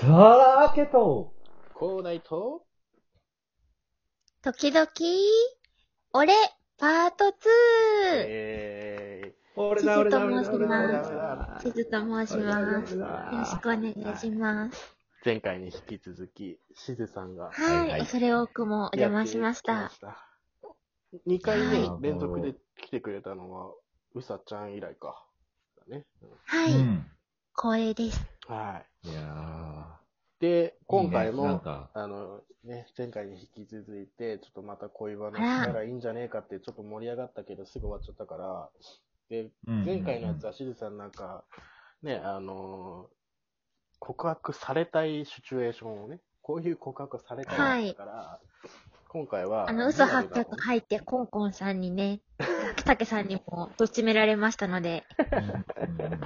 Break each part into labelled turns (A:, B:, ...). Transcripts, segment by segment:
A: ザーケと、
B: こうないと、
C: 時々、俺、パート2。
B: え
A: 俺だ、俺だ、俺だ、
C: 地図
A: 俺だ、俺
C: と申し
A: だ、俺だ。
C: ます地図と申します。よろしくお願いします。
B: ー、前回に引き続き、しずさんが。
C: はい、
B: やって
C: 恐れ多くもお邪魔しまし
B: き
C: た。。
B: 2回目
A: はい
B: 連続で来てくれたのは、うさちゃん以来か。だね。
C: はい、
A: うん。
C: 光栄です。
B: はい
A: や
B: い。で、
A: ー。
B: 今回も、
A: いいねなんか、
B: あの、ね、前回に引き続いて、ちょっとまた恋話したらいいんじゃねえかって、ちょっと盛り上がったけど、すぐ終わっちゃったから、で、前回のやつはしずさんなんか、ね、あのー告白されたいシチュエーションをね、こういう告白されたいだから、今回は、
C: あの、嘘発覚入って、コンコンさんにね、たけさんにも、とっちめられましたので、
A: うん。うんうんうん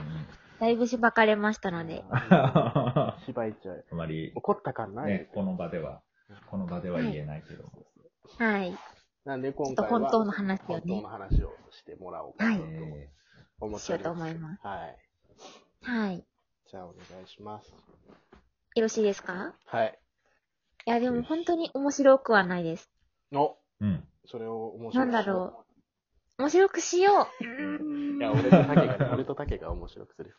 C: だいぶしばかれましたので、
A: あ
B: あー、しばいちゃう。
A: まり、
B: 怒ったかな、
A: ね、この場では、この場では言えないけど。
C: はい、
B: なんで
C: ちょ
B: 今
C: っと
B: 回は、
C: 本当の話を
B: 本当
C: ね
B: の、話をしてもらおうかなと
A: え
B: 思っ
C: してよう
B: お
C: と
B: ります。
C: 思います。
B: はい。
C: はい。よ
B: じゃあお願いします。
C: ろしいですか
B: はい。
C: いや、でも本当に面白くはないです。
B: の、
A: ーうん。
B: それを面白
C: なん
B: く
C: だろう。面白くしよう。
B: う。いや、俺と竹が、 俺と竹が面白くする。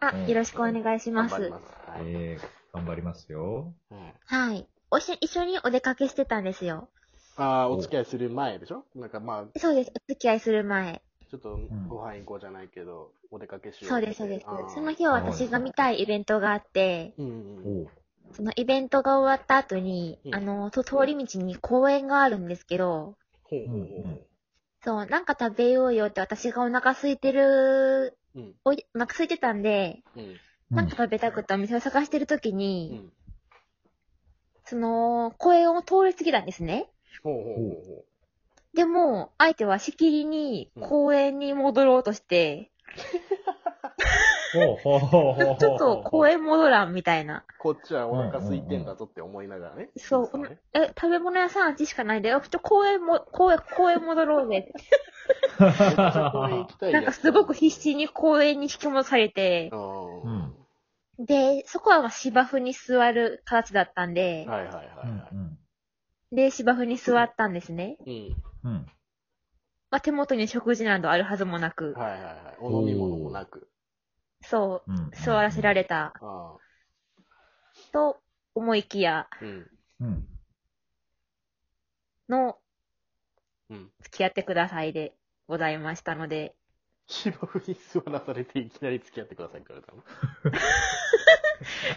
C: あ、よろしくお願いしま
B: 頑張り
C: す。
B: ます。はい。
A: えー、頑張りますよ。
B: うん
C: はい。おし、一緒にお出かけしてたんですよ。
B: ああ、お付き合いする前でしょなんかまあ、
C: そうです。お付き合いする前。
B: ちょっとご飯行こうじゃないけど、お出かけしよう
C: そうです、そうです。その日は
A: は
C: 私が見たいイベントがあって、
B: うんうんうん。
A: おう。
C: そのイベントが終わった後に
B: う、ん
C: あの、と通り道に公園があるんですけど、
B: ほうほうほ
C: そう、なんか食べようよって私がお腹空いてる、
B: う。うん
C: おいお腹空いてたんで、
B: うん
C: なんか食べたくてお店を探してる時
B: う
C: に、
B: ん。
C: その、公園を通り過ぎたんですね。
B: ほうほうほうほ
C: でも、相手はしきりに
B: うん
C: 公園に戻ろうとして、
A: ほうほうほうほうほうほう。
C: ちょっと公園戻らんみたいな。
B: う。こっちはお腹空いてんだぞって思いながらね。
C: そう
B: 実はね。
C: え、食べ物屋さんあっちしかないんだよ。ちょっと公園も、公園、公園戻ろうぜ。
B: めっちゃ公園行きたいや
C: なん
B: つ
C: かすごく必死に公園に引き戻されて
B: う、。
A: うんん
B: は
C: で、そこはまあ芝生に座る形だったんで
B: い、はいはいは
A: うん
C: で、芝生に座ったんですね。
B: い。
A: うん。うん。
C: まあ、手元に食事などあるはずもな
B: うん。
C: く、
B: はいはいはい。お飲み物もなく。
C: そ
A: うん
C: う、座らせられた、
B: あ
C: と思いきや、
B: あ。うん。
A: うん。
C: の、
B: うん。
C: 付き合ってくださいでございましたので、
B: 芝生に座らされていきなり付き合ってくださいって言われ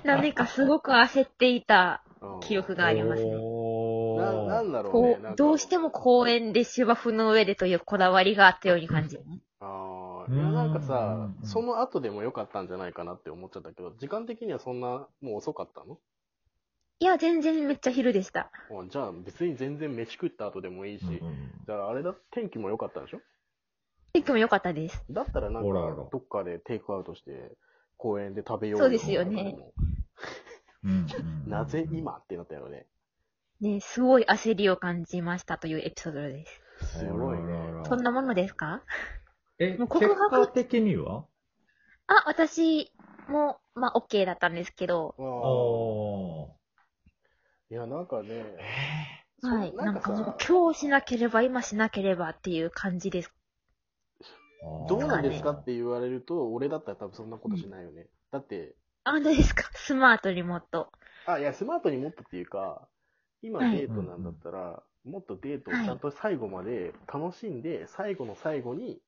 C: 何かすごく焦っていた
B: たの。うん
C: 記憶がありますね。
A: お
B: な、なんだろう
C: こ
B: ね。なん
C: う
B: か
C: どうしても公園で芝生の上でというこだわりがあったように感じる。
B: あ
A: うん
B: あ、いやなんかさ
A: う、ん
B: その後でも良かったんじゃないかなって思っちゃったけど、時間的にはそんな、もう遅かったの
C: いや、全然めっちゃ昼でした。
B: あじゃあ別に全然飯食った後でもいいし、
A: うんうん
B: じゃああれだ、天気も良かったでしょ
C: 天気も良かったです。
B: だったらなんか
A: あらあら、
B: どっかでテイクアウトして、公園で食べよう
C: そうですよね。
A: うんうん
B: なぜ今ってなったよね。
C: ね、すごい焦りを感じましたというエピソードです。
B: すごいね。
C: そんなものですか
A: え、
C: もう告白
A: 結果的には
C: あ、私も、まあ、OK だったんですけど、
B: あ
A: あー
B: ーいや、なんかね、そう
C: はい。なんかもう
B: さ、
C: 今日しなければ、今しなければっていう感じです。
A: あー。
B: どうなんですかって言われると、俺だったら多分そんなことしないよね。だって、
C: あ、どうです かスマートにもっと。
B: あ、いや、スマートにもっとっていうか、今
C: はい
B: デートなんだったら、もっとデートをちゃんと最後まで楽しんで、最後の最後に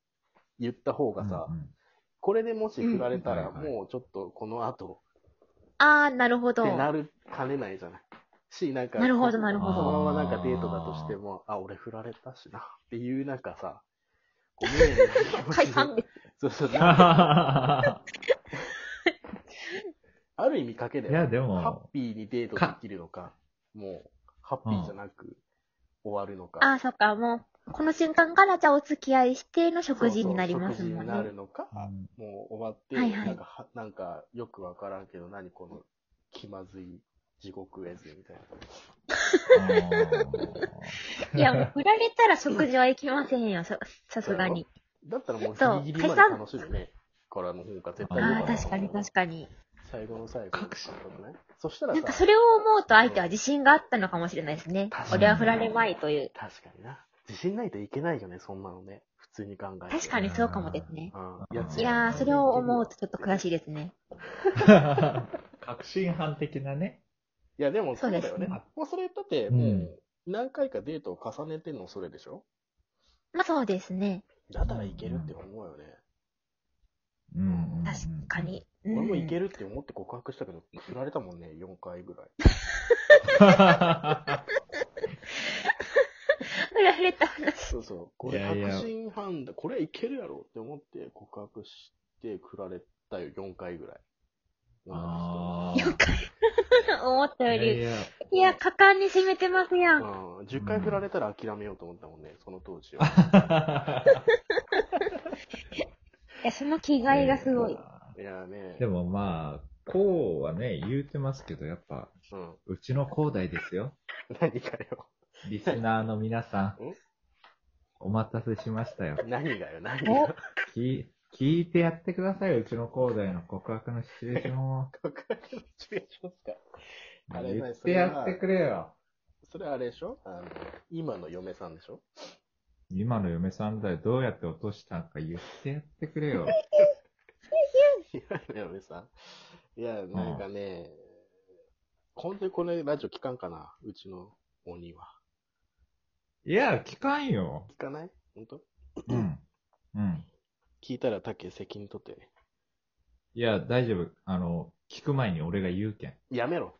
B: 言った方がさ、
A: うんうん
B: これでもし振られたら、
A: うんはいはい
B: もうちょっとこの後
C: あー、なるほ
B: っ
C: ど。
B: てなるかねないじゃない。し、なんか、
C: なるほどなるほど
B: そのままなんかデートだとしても、あ、俺振られたしな、っていうなんか さ、ごめんね。
C: 快感です。
B: そうそう。
A: い
B: ある意味 賭けだよ。
A: や、で
B: ハ
A: も
B: ッ、ピーにデートできるのか、もう、ハッピーじゃなく終わるのか。
C: あー、そっか、もう、この瞬間からじゃあお付き合いしての
B: そうそ
C: 食
B: う
C: 事になります
B: 食
C: も
B: 事に
C: ん
B: な
C: ね
B: る。のか、
A: うん
B: もう終わって、
C: はいはい
B: なんかは、なんか、よくわからんけど、何この気まずい地獄絵図みたいな。
A: あー
C: いや、もう振られたら食事は行きませんよ、ささすがに。
B: だったらもう
C: ちょっと
B: ギリギリまで楽しむね。からの方が絶対良
C: ああ、
B: かった。
C: 確かに確かに。
B: 最後の最後。
A: 各種
B: ね。そしたら
C: なんか
B: さ
C: そ、れを思うと相手は自信があったのかもしれないですね
B: 確。かに
C: 俺は振られまいという。
B: 確かにな。自信ないといけないよね、そんなのね。普通に考えて。
C: 確かにそうかもですね。
B: うん。やつ
C: いやー、それを思うとちょっと悔しいですね。
A: 確信犯的なね。
B: いや、でもそうだ
C: そ
B: よ
C: うで
B: ね
A: すね。
B: もうそれだって、
A: うん
B: もう何回かデートを重ねてんのそれでしょ
C: まあそうですね。
B: だったらいけるって思うよね。
A: うんうんうん
C: 確か。に。
B: 俺もいけ
C: る。
B: るって思って告白したけど、振られたもんね、4回ぐらい。
C: 振られた話。
B: そうそう。これ
A: いやいや
B: 確信犯だ。これいけるやろって思って告白して振られたよ、4回ぐらい。
A: あ
C: よく思った
A: あ。
C: よ
A: い
C: り。
A: やいや
C: いや、果敢に攻めてますや。
B: うんん、10回振られたら諦めようと思ったもんね、その当時は。
C: いや、その気概がすごい。。
B: いやね。
A: でもまあ、こうはね、言うてますけど、やっぱ、
B: うん。
A: うちの高台ですよ。
B: 何がよ。
A: リスナーの皆さ
B: ん
A: ん。お待たせしましたよ。
B: 何がよ、何がよ。
A: 聞聞いてやってくださいよ、うちの高台の告白のシチュエーションを。
B: 告白のシチュエーションっすか。 あれ
A: 言ってやってくれよ。
B: それあれでしょあの、今の嫁さんでしょ
A: 今の嫁さんだよ、どうやって落としたんか言ってやってくれよ。
B: 今の嫁さん。いや、なんかね、本当にこのラジオ聞かんかな、うちの鬼は。
A: いや、聞かんよ。
B: 聞かない本当
A: うん。うん。
B: 聞いたら竹責任取ってね。
A: いや、大丈夫。あの、聞く前に俺が言うけん。
B: やめろ。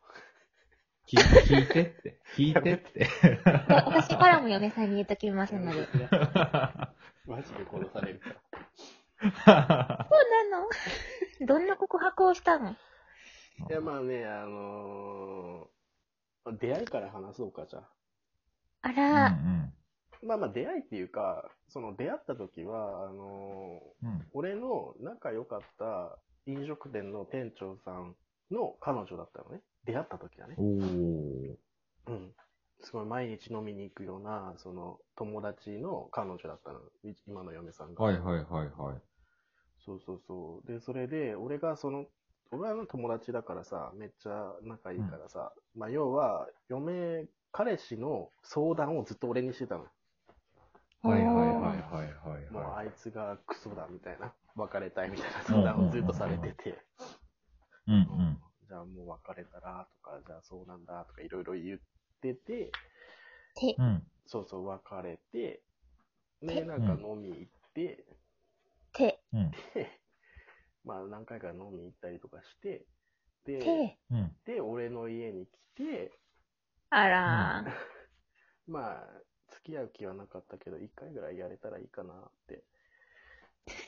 A: 聞聞いて って。聞いてって。
C: 私からも嫁さんに言うときますので。
B: マジで殺されるから。
C: そうなの どんな告白をしたの
B: いや、まあね、あのー出会いから話そうか、じゃあ。
C: あ
A: うん
C: ら、
B: まあまあ、出会いっていうか、その出会った時は、あのー
A: うん。うん。
B: 俺の仲良かった飲食店の店長さんの彼女だったのね。出会った時はね。
A: おー。
B: うん。すごい毎日飲みに行くような、その友達の彼女だったの。い今の嫁さんが。
A: はいはいはいはい。
B: そうそうそう。で、それで、俺がその、俺は友達だからさ、めっちゃ仲いいからさ、まあ要は、嫁、彼氏の相談をずっと俺にしてたの。
A: はいはいはいはいはい
B: もう
A: は
B: あいつがクソだみたいな、 別れたいみたいな相談をずっとされてて、
A: い。うんうん。
B: じゃあもう別れたらとか、じゃあそうなんだとかいろいろ言ってて、
A: うん。
B: そうそう別れて、ね、なんか飲み行って、
C: 手、
A: うん。
B: まあ何回か飲み行ったりとかして、で、
C: 手。
A: うん。
B: で、俺の家に来て、
C: あらー、
B: まあ、付き合う気はなかったけど、一回ぐらいやれたらいいかなって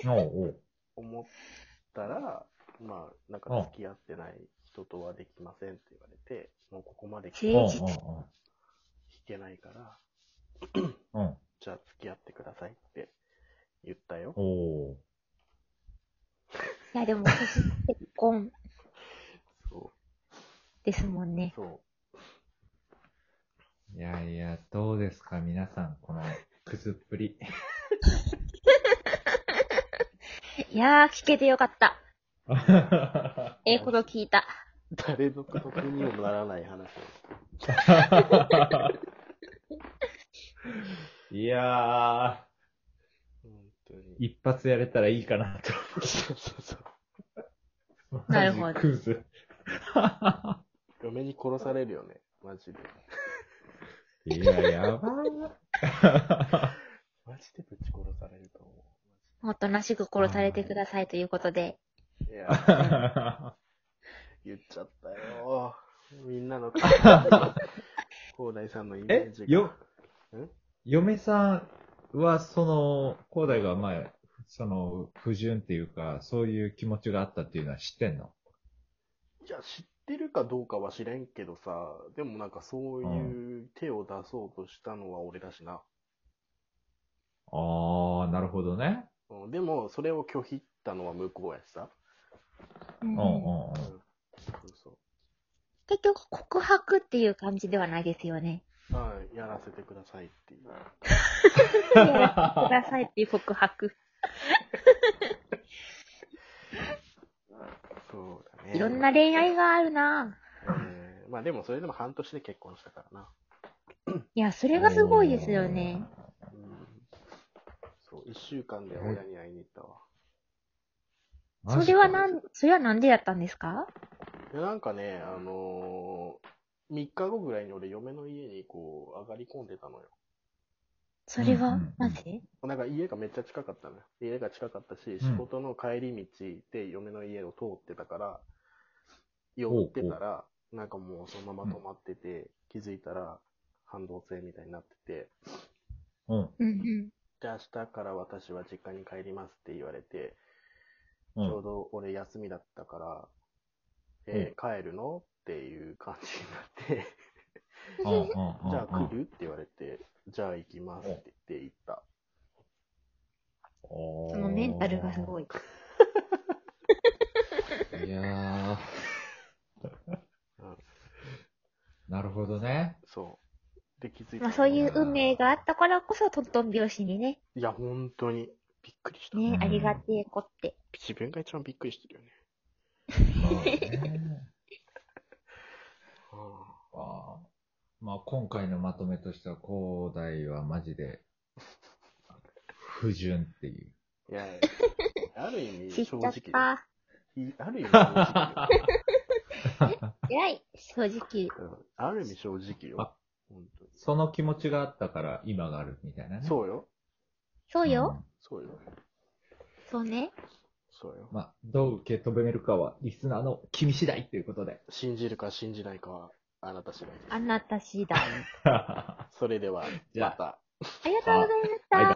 A: おうおう。
B: 思ったら、まあ、なんか
A: うん
B: 付き合ってない人とはできませんって言われて、もうここまで
C: 誠
B: 来て
A: おう
C: 実。
B: いけないから、
A: おうおう。
B: じゃあ付き合ってくださいって言ったよ
A: うん。。おう。
C: いや、でも、私結婚
B: そ
C: ですもん
B: う
C: ね。。
B: そ
A: いやいや、どうですか、皆さん、この、くずっぷり。
C: いやー、聞けてよかった。ええこと聞いた。
B: う。誰の得にもならない話。
A: いや
B: 本当
A: ー、
B: に。
A: 一発やれたらいいかな
B: そうそうそう。
A: と。
C: なるほど
A: マジクズ。
B: 嫁に殺されるよね。マジで。
A: いや、やばい。
B: マジでぶち殺されると思
C: おとなしく殺されてくださいということで。
B: う。いや、 言っちゃったよ。みんなの高大さんのイメージが。
A: えよ嫁さんは、その、高大が前、その、不純っていうか、そういう気持ちがあったっていうのは知ってんの
B: いや、知ってるかどうかは知れんけどさ、でもなんかそういう手を出そうとしたのは俺だしな。
A: あー、なるほどね。
B: うん、でも、それを拒否ったのは向こうやしさ。
A: う
C: う
A: ん
C: ん
A: うんうん
B: うん。そうそ
C: 結局、告白っていう感じではないですよね。
B: う。はい、やらせてくださいっていう。
C: やらせてくださいっていう告白。
B: そうだね。
C: いろんな恋愛があるな
B: えーまあでもそれでも半年で結婚したからな。
C: いや、それがすごいですよね。
B: うん。そう、一週間で親に会いに行ったわ。
A: マジ
C: そ
A: か。
C: れはなん、それはなんでだったんですか
B: で、なんかね、あのー、3日後ぐらいに俺嫁の家にこう上がり込んでたのよ。
C: それ
A: うんう
C: は
A: んうん、
C: なぜ
B: なんか家がめっちゃ近かったのよ。家が近かったし、仕事の帰り道で嫁の家を通ってたから、寄ってたら、なんかもうそのまま止まってて、気づいたら、半導性みたいになってて、
A: うん。
C: うん
B: で、明日から私は実家に帰りますって言われて、
A: う。
B: ちょうんど俺休みだったから、えー帰るのっていう感じになって、
A: うんう んうん
B: じゃあ来るって言われて、じゃあ行きますって言って行った。
C: うん。そのメンタルがすご
A: い。
C: い。
A: いやー
B: うん。
A: なるほどね。
B: そう。で、気づいた。
C: まあそういう運命があったからこそ、トントン拍子にね、
B: いや、本当に。びっくりした。
C: ね
A: う、ん
C: ありがてえこって。
B: 自分が一番びっくりしてるよね。
A: まあね
B: あ
A: あーまあ、今回のまとめとしては、広大はマジで、不純っていう。
B: あいやいや、ある意味
C: 知っち
B: 正
C: ゃっ
B: 直。
C: た。
B: いある意味正直よ。
C: 偉い、正直。
B: うんある意味正直よ
A: あ。
B: 本当に
A: その気持ちがあったから、今があるみたいなね。
B: そうよ。
C: そうよ。
B: そうよ。
C: そうね。
B: そうよ
A: うん。まあ、どう受け止めるかは、リスナーの君次第ということで。
B: 信じるか信じないかはあなた次第で
C: あなた次第。
A: あ
B: す。それでは、
A: じゃあ
B: また。
C: ありがとうございました。